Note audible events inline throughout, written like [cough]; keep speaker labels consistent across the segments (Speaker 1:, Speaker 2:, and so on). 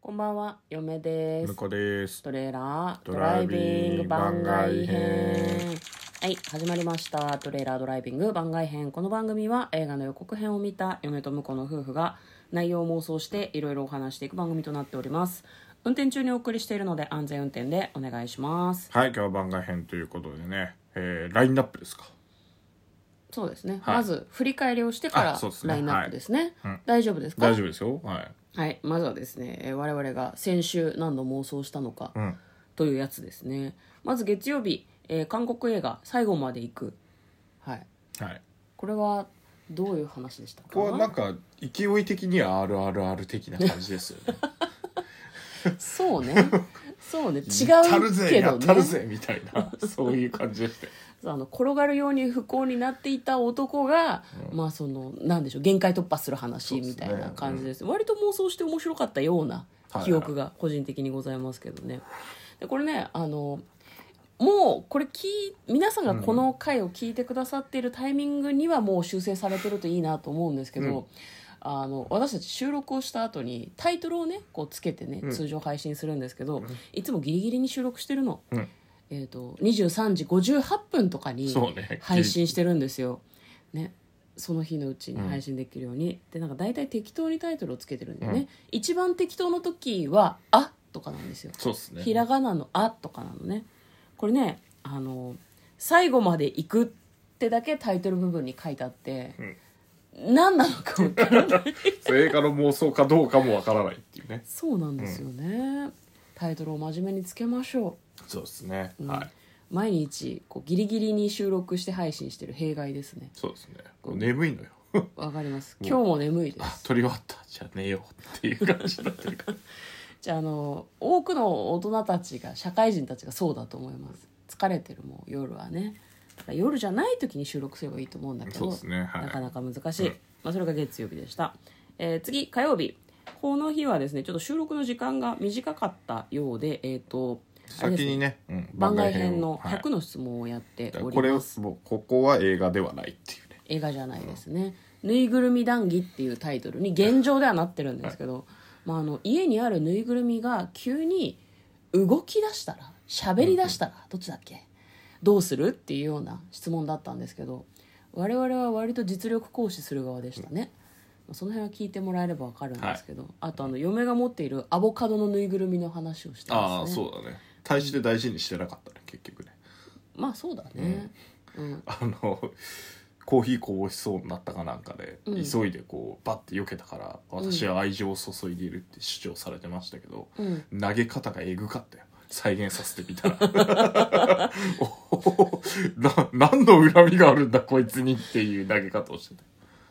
Speaker 1: こんばんは、嫁です
Speaker 2: 向。こうです
Speaker 1: トレーラード
Speaker 2: ド
Speaker 1: ラ
Speaker 2: ラ
Speaker 1: イ
Speaker 2: イ
Speaker 1: ビ
Speaker 2: ビ
Speaker 1: ン
Speaker 2: ン
Speaker 1: グ
Speaker 2: グ
Speaker 1: 番
Speaker 2: 番
Speaker 1: 外編
Speaker 2: 外編。
Speaker 1: はい、始まりました。トレーラードライビング番外編。この番組は映画の予告編を見た嫁と婿の夫婦が内容を妄想していろいろお話していく番組となっております。運転中にお送りしているので安全運転でお願いします。
Speaker 2: はい今日は番外編ということでね、えー、ラインナップですか
Speaker 1: そうですね。
Speaker 2: はい
Speaker 1: まず振り返りをしてから
Speaker 2: あそうですね
Speaker 1: ラインナップですね。
Speaker 2: はいうん
Speaker 1: 大丈夫ですか
Speaker 2: 大丈夫ですよはい
Speaker 1: はい、まずはですね、えー我々が先週何度妄想したのか。
Speaker 2: うん
Speaker 1: というやつですねまず月曜日、えー韓国映画「最後まで行く」はい
Speaker 2: はい
Speaker 1: これはどういう話でしたか
Speaker 2: ここはなんか勢い的には RRR 的な感じですよね
Speaker 1: そうねそうね違
Speaker 2: たる
Speaker 1: う
Speaker 2: ぜ
Speaker 1: け
Speaker 2: や
Speaker 1: ど
Speaker 2: ったる
Speaker 1: ね
Speaker 2: ぜみたいな [laughs] そういう感じでしたよ
Speaker 1: そうあの転がるように不幸になっていた男が、まあそのなんでしょう限界突破する話みたいな感じです割と妄想して面白かったような
Speaker 2: はい
Speaker 1: 記憶が個人的にございますけどね、でこれねあのもうこれ聞い皆さんがこの回を聞いてくださっているタイミングにはもう修正されてるといいなと思うんですけど、
Speaker 2: うん
Speaker 1: あの私たち収録をした後にタイトルをねこうつけてね通常配信するんですけど、いつもギリギリに収録してるの、
Speaker 2: うん
Speaker 1: えー、と23時58分とかに
Speaker 2: そうね
Speaker 1: 配信してるんですよ、ね、その日のうちに配信できるように、でなんか大体適当にタイトルをつけてるんだよね、一番適当の時は「あ」とかなんですよ
Speaker 2: そうですね
Speaker 1: ひらがなの「あ」とかなのねこれねあの最後まで行くってだけタイトル部分に書いてあって、何なのか分
Speaker 2: [laughs]
Speaker 1: からない
Speaker 2: 映画の妄想かどうかもわからないっていうね
Speaker 1: そうなんですよね、タイトルを真面目につけましょ
Speaker 2: そうですね、
Speaker 1: う、うん
Speaker 2: はい
Speaker 1: 毎日こうギリギリに収録して配信してる弊害ですね
Speaker 2: そうですね眠い [laughs] のよ
Speaker 1: わかります今日も眠いで
Speaker 2: あ
Speaker 1: す
Speaker 2: 撮り終わったじゃあ寝ようっていう感じになってるから
Speaker 1: じゃああの多くの大人たちが社会人たちがそうだと思います疲れてるもう夜はねだから夜じゃない時に収録すればいいと思うんだけ
Speaker 2: そう
Speaker 1: ど、
Speaker 2: ですねはい
Speaker 1: なかなか難しい、まあ、それが月曜日でした、えー次火曜日この日はですねちょっと収録の時間が短かったようでえっ、とあれです
Speaker 2: 先にね、うん、
Speaker 1: 番外編の
Speaker 2: はい
Speaker 1: 100の質問をやって
Speaker 2: だか
Speaker 1: お
Speaker 2: ら
Speaker 1: り
Speaker 2: これ
Speaker 1: ま
Speaker 2: を
Speaker 1: す、
Speaker 2: もうここは映画ではないっていうね
Speaker 1: 映画じゃないですね「ぬいぐるみ談義」っていうタイトルに現状ではなってるんですけど、まあ、あの家にあるぬいぐるみが急に動き出したら喋り出したらどっちだっけどうするっていうような質問だったんですけど我々は割と実力行使する側でしたね、まあその辺は聞いてもらえれば分かるんですけど、あとあの嫁が持っているアボカドのぬいぐるみの話をしてますね
Speaker 2: ああそうだね大して大事にしてなかったね結局ね [laughs]
Speaker 1: まあそうだね、うん、
Speaker 2: あのコーヒーこぼしそうになったかなんかで、
Speaker 1: うん
Speaker 2: 急いでこうバッて避けたから私は愛情を注いでいるって主張されてましたけど、
Speaker 1: うん
Speaker 2: 投げ方がえぐかったよ再現させてみたら [laughs] おな何の恨みがあるんだこいつにっていう投げ方をしてた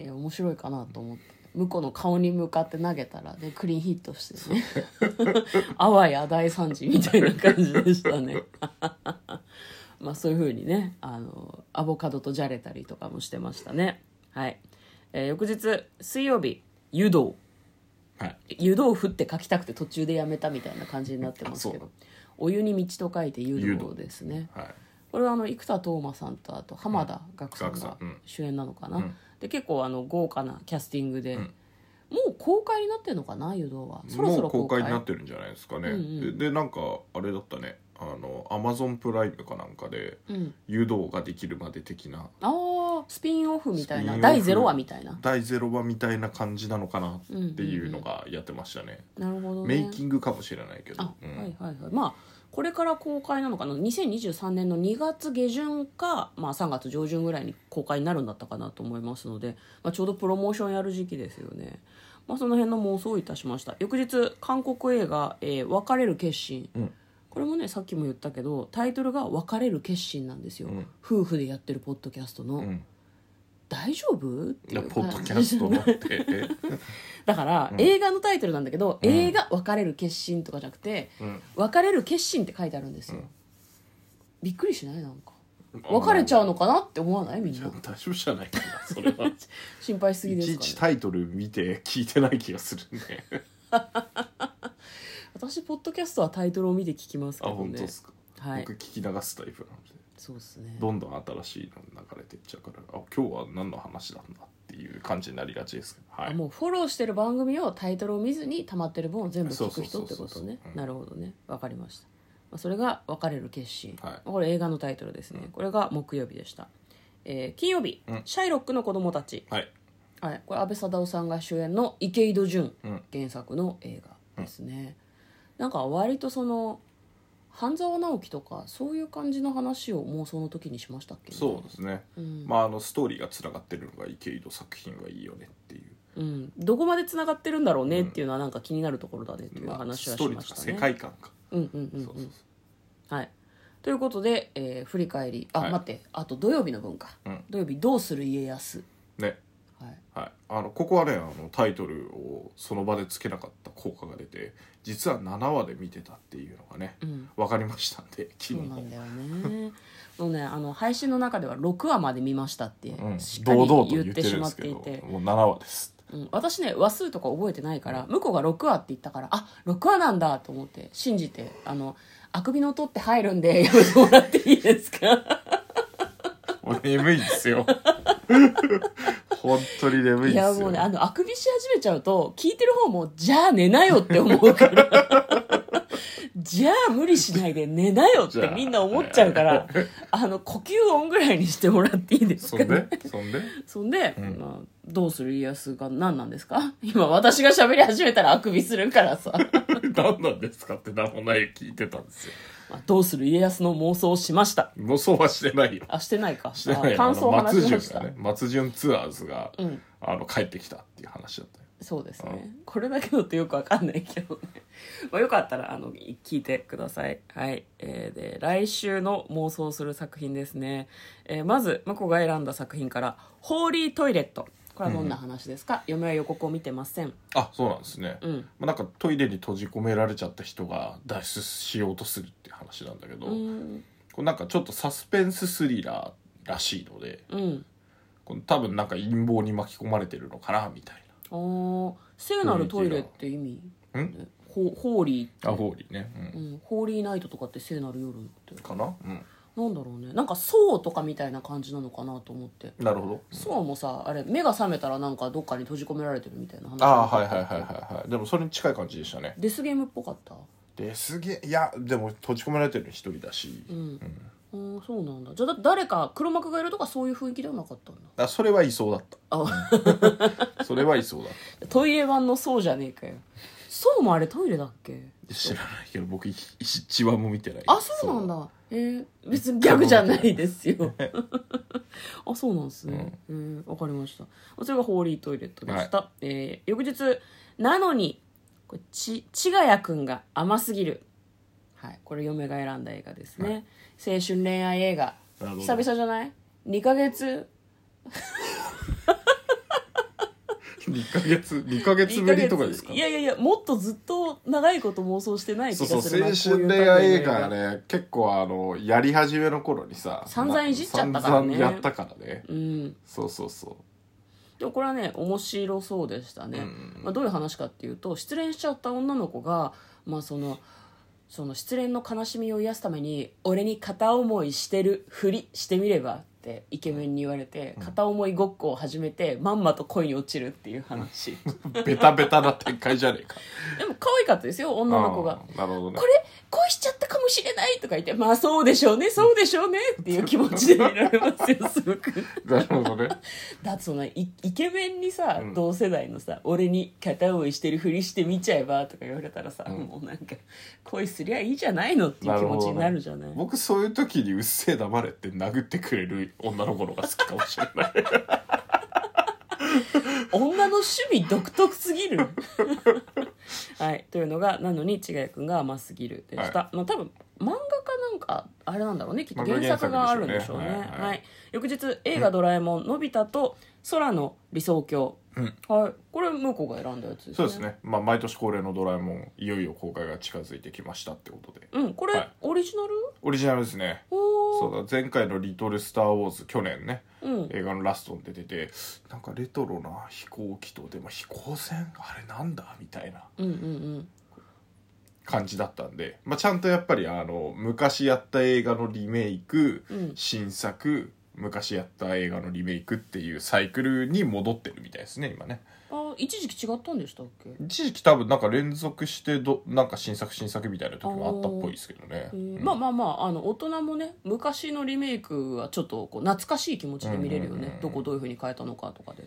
Speaker 1: えー面白いかなと思って向こうの顔に向かって投げたらでクリーンヒットしてね [laughs] あわや大惨事みたいな感じでしたね [laughs] まあそういう風にねあのアボカドとじゃれたりとかもしてましたねはい、えー翌日水曜日湯道
Speaker 2: はい
Speaker 1: 湯豆腐って書きたくて途中でやめたみたいな感じになってますけ
Speaker 2: あそ
Speaker 1: どお湯に道と書いて湯
Speaker 2: 湯
Speaker 1: 道
Speaker 2: 道
Speaker 1: ですね
Speaker 2: はい
Speaker 1: これはあの生田斗真さんとあと浜田岳さん
Speaker 2: 岳さ
Speaker 1: が
Speaker 2: んうん
Speaker 1: 主演なのかな、
Speaker 2: うん
Speaker 1: で結構あの豪華なキャスティングで、
Speaker 2: うん
Speaker 1: もう公開になってるのかな湯道はそろそ
Speaker 2: も
Speaker 1: ろ
Speaker 2: う公
Speaker 1: 公開
Speaker 2: 開になってるんじゃないですかね、
Speaker 1: うんうん
Speaker 2: ででなんかあれだったねあのアマゾンプライムかなんかで
Speaker 1: うん、
Speaker 2: 誘導ができるまで的な
Speaker 1: あースピンオフみたい
Speaker 2: スピン
Speaker 1: な
Speaker 2: オフ
Speaker 1: 第0話みたいな
Speaker 2: 第0話みたいな感じなのかなっていうのがやってましたね、
Speaker 1: なるほどね
Speaker 2: メイキングかもしれないけど
Speaker 1: あ、
Speaker 2: うん
Speaker 1: はいはいはいまあこれから公開なのかな2023年の2月下旬か、まあ、3月上旬ぐらいに公開になるんだったかなと思いますので、まあ、ちょうどプロモーションやる時期ですよね、まあ、その辺の妄想をいたしました翌日韓国映画「えー別れる決心」
Speaker 2: うん
Speaker 1: これもねさっきも言ったけどタイトルが「別れる決心」なんですよ、
Speaker 2: うん
Speaker 1: 夫婦でやってるポッドキャストの「
Speaker 2: うん
Speaker 1: 大丈夫?」って
Speaker 2: い
Speaker 1: い
Speaker 2: や
Speaker 1: う
Speaker 2: ポッドキャストのっ
Speaker 1: [laughs]
Speaker 2: て
Speaker 1: だから、映画のタイトルなんだけど、
Speaker 2: ん
Speaker 1: 映画「別れる決心」とかじゃなくて「
Speaker 2: うん
Speaker 1: 別れる決心」って書いてあるんですよ、
Speaker 2: うん
Speaker 1: びっくりしないなんか別れちゃうのかなって思わないみん
Speaker 2: じゃあ
Speaker 1: な
Speaker 2: 大丈夫じゃないかなそ
Speaker 1: [laughs]
Speaker 2: れは
Speaker 1: 心配しすぎ
Speaker 2: い
Speaker 1: で
Speaker 2: ち
Speaker 1: す
Speaker 2: い
Speaker 1: か
Speaker 2: ち
Speaker 1: ね
Speaker 2: タイトル見て聞いてない気がする
Speaker 1: [laughs]
Speaker 2: ね
Speaker 1: 私ポッドキャストはタイトルを見て聞きますけ
Speaker 2: あ
Speaker 1: ど
Speaker 2: 本当
Speaker 1: ね
Speaker 2: ですか、
Speaker 1: はい
Speaker 2: 僕聞き流すタイプなので
Speaker 1: そうですね
Speaker 2: どんどん新しいの流れてっちゃうからあ今日は何の話なんだっていう感じになりがちですけどは
Speaker 1: あ
Speaker 2: い
Speaker 1: もうフォローしてる番組をタイトルを見ずに溜まってる分を全部聞
Speaker 2: そ
Speaker 1: く
Speaker 2: うそ
Speaker 1: 人
Speaker 2: う
Speaker 1: って
Speaker 2: そうそ
Speaker 1: こ
Speaker 2: う
Speaker 1: とね
Speaker 2: うん
Speaker 1: なるほどねわかりました、まあ、それが「別れる決心」
Speaker 2: はい
Speaker 1: これ映画のタイトルですね、これが木曜日でした、えー金曜日、
Speaker 2: うん
Speaker 1: シャイロックの子供たち」
Speaker 2: はい
Speaker 1: はい、これ阿部サダヲさんが主演の池井戸潤
Speaker 2: うん
Speaker 1: 原作の映画ですね、なんか割とその半沢直樹とかそういう感じの話を妄想の時にしましたっけ、
Speaker 2: そうですね、
Speaker 1: うん
Speaker 2: まああのストーリーがつながってるのが池井戸作品はいいよねっていう
Speaker 1: うん、どこまでつながってるんだろうねっていうのはなんか気になるところだねっていう
Speaker 2: まあ
Speaker 1: 話は
Speaker 2: ス
Speaker 1: し
Speaker 2: トーリー
Speaker 1: ま
Speaker 2: と
Speaker 1: し
Speaker 2: か
Speaker 1: た
Speaker 2: 世
Speaker 1: ね、
Speaker 2: 界観か、
Speaker 1: うんうんうんうん
Speaker 2: そうそうそう
Speaker 1: はいということで、えー振り返りあ、
Speaker 2: はい
Speaker 1: 待ってあと土曜日の分か、
Speaker 2: うん
Speaker 1: 土曜日「どうする家康
Speaker 2: ね」
Speaker 1: はい、
Speaker 2: はい、あのここはねあのタイトルをその場でつけなかった効果が出て実は7話で見てたっていうのがね、
Speaker 1: うん
Speaker 2: 分かりましたんで昨日
Speaker 1: そうなんだよね [laughs] もうねあの配信の中では6話まで見ましたって
Speaker 2: うん
Speaker 1: しっか
Speaker 2: 堂
Speaker 1: り
Speaker 2: 々と
Speaker 1: 言
Speaker 2: 言っ
Speaker 1: って
Speaker 2: て
Speaker 1: し
Speaker 2: るん
Speaker 1: ま
Speaker 2: で
Speaker 1: っ
Speaker 2: すけ
Speaker 1: て
Speaker 2: ど
Speaker 1: いて
Speaker 2: もう7話です
Speaker 1: うん、私ね話数とか覚えてないから向こうが6話って言ったからあ6話なんだと思って信じてあのあくびの音って入るんで [laughs] やめてもらっていいですか
Speaker 2: 俺眠いんで
Speaker 1: [laughs]
Speaker 2: すよ本当に眠いん
Speaker 1: い
Speaker 2: です
Speaker 1: や
Speaker 2: よ
Speaker 1: もうねあのあくびし始めちゃうと聞いてる方もじゃあ寝なよって思うから [laughs] じゃあ無理しないで寝なよってみんな思っちゃうから
Speaker 2: [laughs]
Speaker 1: あの呼吸音ぐらいにしてもらっていいです
Speaker 2: そ
Speaker 1: か
Speaker 2: んでそんで
Speaker 1: そんで、
Speaker 2: ん
Speaker 1: まあ、どうする家康が何なんですか今私が喋り始めたらあくびするからさ、
Speaker 2: 何なんですかって何もない聞いてたんですよ
Speaker 1: まあ、どうする家康の妄想をしました
Speaker 2: 妄想はしてないよ
Speaker 1: あしてないか
Speaker 2: してない
Speaker 1: あ
Speaker 2: よ
Speaker 1: 感想を
Speaker 2: あの
Speaker 1: 話
Speaker 2: [laughs] 松
Speaker 1: しま
Speaker 2: 潤
Speaker 1: した、
Speaker 2: がね松潤ツアーズが、
Speaker 1: うん
Speaker 2: あの帰ってきたっていう話だったよ
Speaker 1: そうですねこれだけだとよくわかんないけどね [laughs] まあよかったらあの聞いてくださいはい、えーで来週の妄想する作品ですね、えーまず向こうが選んだ作品から「ホーリートイレット」これはどんな話ですか、嫁は予告を見てません
Speaker 2: あそうなんですね、
Speaker 1: うん
Speaker 2: まあ、なんかトイレに閉じ込められちゃった人が脱出しようとするっていう話なんだけど、
Speaker 1: う
Speaker 2: こ
Speaker 1: ん
Speaker 2: うなんかちょっとサスペンススリラーらしいので
Speaker 1: うん
Speaker 2: こう多分なんか陰謀に巻き込まれてるのかなみたい
Speaker 1: あー聖なるトイレって意味
Speaker 2: なうん
Speaker 1: ホホーリーって
Speaker 2: あホーリーね、
Speaker 1: う
Speaker 2: うん
Speaker 1: ん、ホーリーナイトとかって聖なる夜って
Speaker 2: かな、う
Speaker 1: なんだろうねなんか層とかみたいな感じなのかなと思って
Speaker 2: ん、なるほど
Speaker 1: 層もさあれ目が覚めたらなんかどっかに閉じ込められてるみたいな話
Speaker 2: ああはいはいはいはいはいでもそれに近い感じでしたね
Speaker 1: デスゲームっぽかった
Speaker 2: ですげえいやでも閉じ込められてるの一人だし、
Speaker 1: うん、うん、そうなんだじゃあだって誰か黒幕がいるとかそういう雰囲気ではなかったんだ
Speaker 2: あそれはいそうだっ
Speaker 1: あ
Speaker 2: たそれはいそうだっ
Speaker 1: トイレ版の層じゃねえかよ層もあれトイレだっけ
Speaker 2: た知らないけど僕一話も見てない
Speaker 1: あそうなんだえー別にギャグじゃないですよ [laughs] あそうなんですねえーわ、かりましたそれがホーリートイレットでした、えー翌日なのにこれちちがやくんが甘すぎるはいこれ嫁が選んだ映画ですね、青春恋愛映画
Speaker 2: なるほど
Speaker 1: 久々じゃない2ヶ月
Speaker 2: 2ヶ月二ヶ月ぶりとかですか
Speaker 1: いやいやいやもっとずっと長いこと妄想してない気
Speaker 2: そう
Speaker 1: が
Speaker 2: そう
Speaker 1: するな
Speaker 2: 青春
Speaker 1: こういうタ
Speaker 2: 恋
Speaker 1: イ
Speaker 2: 愛
Speaker 1: プの
Speaker 2: 映画はね結構あのやり始めの頃にさ
Speaker 1: 散々いじっちゃったからね
Speaker 2: 散々やったからね
Speaker 1: うん
Speaker 2: そうそうそう
Speaker 1: でもこれはね面白そうでしたね、
Speaker 2: うんうん
Speaker 1: まあ、どういう話かっていうと失恋しちゃった女の子が、まあ、そのその失恋の悲しみを癒すために「俺に片思いしてるふりしてみれば」ってイケメンに言われて片思いごっこを始めてまんまと恋に落ちるっていう話
Speaker 2: ベタベタな展開じゃねえか
Speaker 1: [laughs] でも可愛かったですよ女の子が
Speaker 2: あーなるほど
Speaker 1: 「
Speaker 2: ね
Speaker 1: これ恋しちゃったかもしれない」とか言って「まあそうでしょうねそうでしょうね」っていう気持ちでいられますよすごく。
Speaker 2: なるほどね
Speaker 1: だってそのイイケメンにさ、
Speaker 2: うん
Speaker 1: 同世代のさ俺に片思いしてるふりして見ちゃえばとか言われたらさ、もうなんか恋すりゃいいじゃないのっていう気持ちになるじゃない
Speaker 2: 僕そういう時に「うっせえ黙れ」って殴ってくれる女の子の方が好きかもしれ
Speaker 1: [laughs]
Speaker 2: ない
Speaker 1: 女の趣味独特すぎる [laughs] はいというのがなのにちがやくんが甘すぎるでした、まあ多分漫画かなんかあれなんだろうねきっと
Speaker 2: 漫画
Speaker 1: 原
Speaker 2: 原
Speaker 1: 作
Speaker 2: 作
Speaker 1: があるんで
Speaker 2: で
Speaker 1: し
Speaker 2: し
Speaker 1: ょ
Speaker 2: ょ
Speaker 1: う
Speaker 2: う
Speaker 1: ねは
Speaker 2: ね
Speaker 1: い、
Speaker 2: はいはい
Speaker 1: 翌日映画「ドラえもんのび太と空の理想郷」
Speaker 2: うん
Speaker 1: はいこれ向こうが選んだやつですね
Speaker 2: そうですね、まあ、毎年恒例の「ドラえもん」いよいよ公開が近づいてきましたってことで
Speaker 1: うんこれ、
Speaker 2: はい
Speaker 1: オリジナル
Speaker 2: オリジナルですね
Speaker 1: おー
Speaker 2: そうだ前回の「リトル・スター・ウォーズ」去年ね
Speaker 1: うん、
Speaker 2: 映画のラストに出ててなんかレトロな飛行機とでも飛行船あれなんだみたいな
Speaker 1: うんうんうん
Speaker 2: 感じだったんで、まあ、ちゃんとやっぱりあの昔やった映画のリメイク、
Speaker 1: うん
Speaker 2: 新作昔やった映画のリメイクっていうサイクルに戻ってるみたいですね今ね
Speaker 1: あ一時期違ったんでしたっけへ
Speaker 2: 一時期多分なんか連続してどなんか新作新作みたいな時もあったっぽいですけどね、
Speaker 1: ー
Speaker 2: うん
Speaker 1: まあまあまああの大人もね昔のリメイクはちょっとこう懐かしい気持ちで見れるよ
Speaker 2: うんうんうんう
Speaker 1: ね
Speaker 2: ん
Speaker 1: どこどういうふうに変えたのかとかで、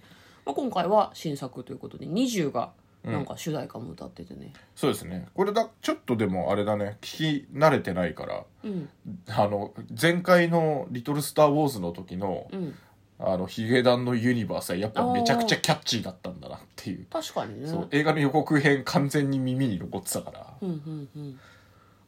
Speaker 1: まあ、今回は新作ということで20がなんか主題歌も歌っててね
Speaker 2: そうですねこれだちょっとでもあれだね聞き慣れてないから
Speaker 1: うん
Speaker 2: あの前回の「リトル・スター・ウォーズ」の時の
Speaker 1: うん、
Speaker 2: あのヒゲダンのユニバースはやっぱめちゃくちゃキャッチーだったんだなっていう
Speaker 1: 確かにね
Speaker 2: そう映画の予告編完全に耳に残ってたから、
Speaker 1: うんうんうん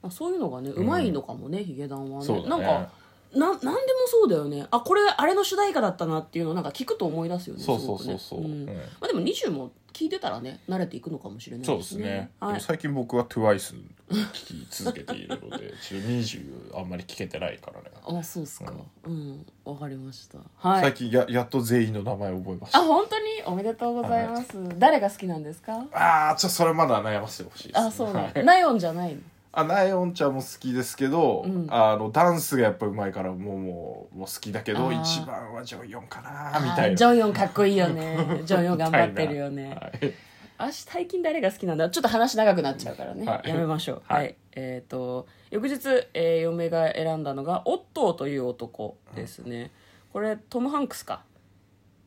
Speaker 1: まあ、そういうのがねうまいのかもね、ヒゲダンはね
Speaker 2: そうだね
Speaker 1: なんかななんでもそうだよねあこれあれの主題歌だったなっていうのをなんか聞くと思い出すよね
Speaker 2: そう
Speaker 1: すご
Speaker 2: そう
Speaker 1: く
Speaker 2: そ
Speaker 1: ね
Speaker 2: うそう、
Speaker 1: ん
Speaker 2: うん
Speaker 1: まあ、でも20も聞いてたらね慣れていくのかもしれない
Speaker 2: そうですね、で
Speaker 1: は
Speaker 2: も
Speaker 1: い、
Speaker 2: 最近僕は TWICE 聞き続けているのでちょっと20あんまり聞けてないからね、
Speaker 1: あそうっすかうんわ、かりましたはい
Speaker 2: 最近ややっと全員の名前を覚えまし
Speaker 1: あ
Speaker 2: た
Speaker 1: 本当におめでとうございます、誰が好きなんですか
Speaker 2: ああーちょっとそれまだ悩ませてほしいです、ね、
Speaker 1: あそうな
Speaker 2: は
Speaker 1: ん
Speaker 2: い
Speaker 1: だナヨンじゃないの
Speaker 2: あナエオンちゃんも好きですけど、
Speaker 1: うん
Speaker 2: あのダンスがやっぱうまいからもうもうもう好きだけ
Speaker 1: あ
Speaker 2: ど
Speaker 1: ー
Speaker 2: 一番はジョイオンかなみたい
Speaker 1: あ
Speaker 2: な
Speaker 1: ジョンヨンかっこいいよ
Speaker 2: [laughs]
Speaker 1: ねジョンヨン頑張ってるよね
Speaker 2: はい
Speaker 1: 私最近誰が好きなんだちょっと話長くなっちゃうからね、
Speaker 2: はい
Speaker 1: やめましょうは
Speaker 2: はい
Speaker 1: い、えっ、と翌日、えー嫁が選んだのがオットーという男ですね、これトム・ハンクスか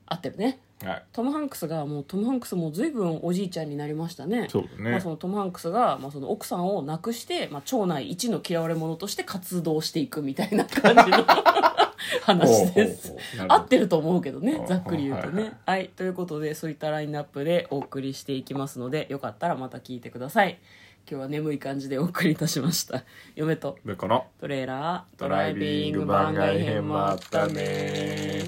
Speaker 1: 合ってるね
Speaker 2: はい、
Speaker 1: トム・ハンクスがもうトム・ハンクスも随分おじいちゃんになりましたね
Speaker 2: そうだね
Speaker 1: まあ、そのトム・ハンクスが、まあ、その奥さんを亡くして、まあ、町内一の嫌われ者として活動していくみた
Speaker 2: [laughs]
Speaker 1: いな感じの話です
Speaker 2: ほうほうほうなるほど
Speaker 1: 合ってると思うけどね
Speaker 2: あ
Speaker 1: ざっくり言うと
Speaker 2: はいは
Speaker 1: ねはいということでそういったラインナップでお送りしていきますのでよかったらまた聞いてください今日は眠い感じでお送りいたしました嫁と
Speaker 2: だから
Speaker 1: トレーラード
Speaker 2: ドライビング番外編もあったね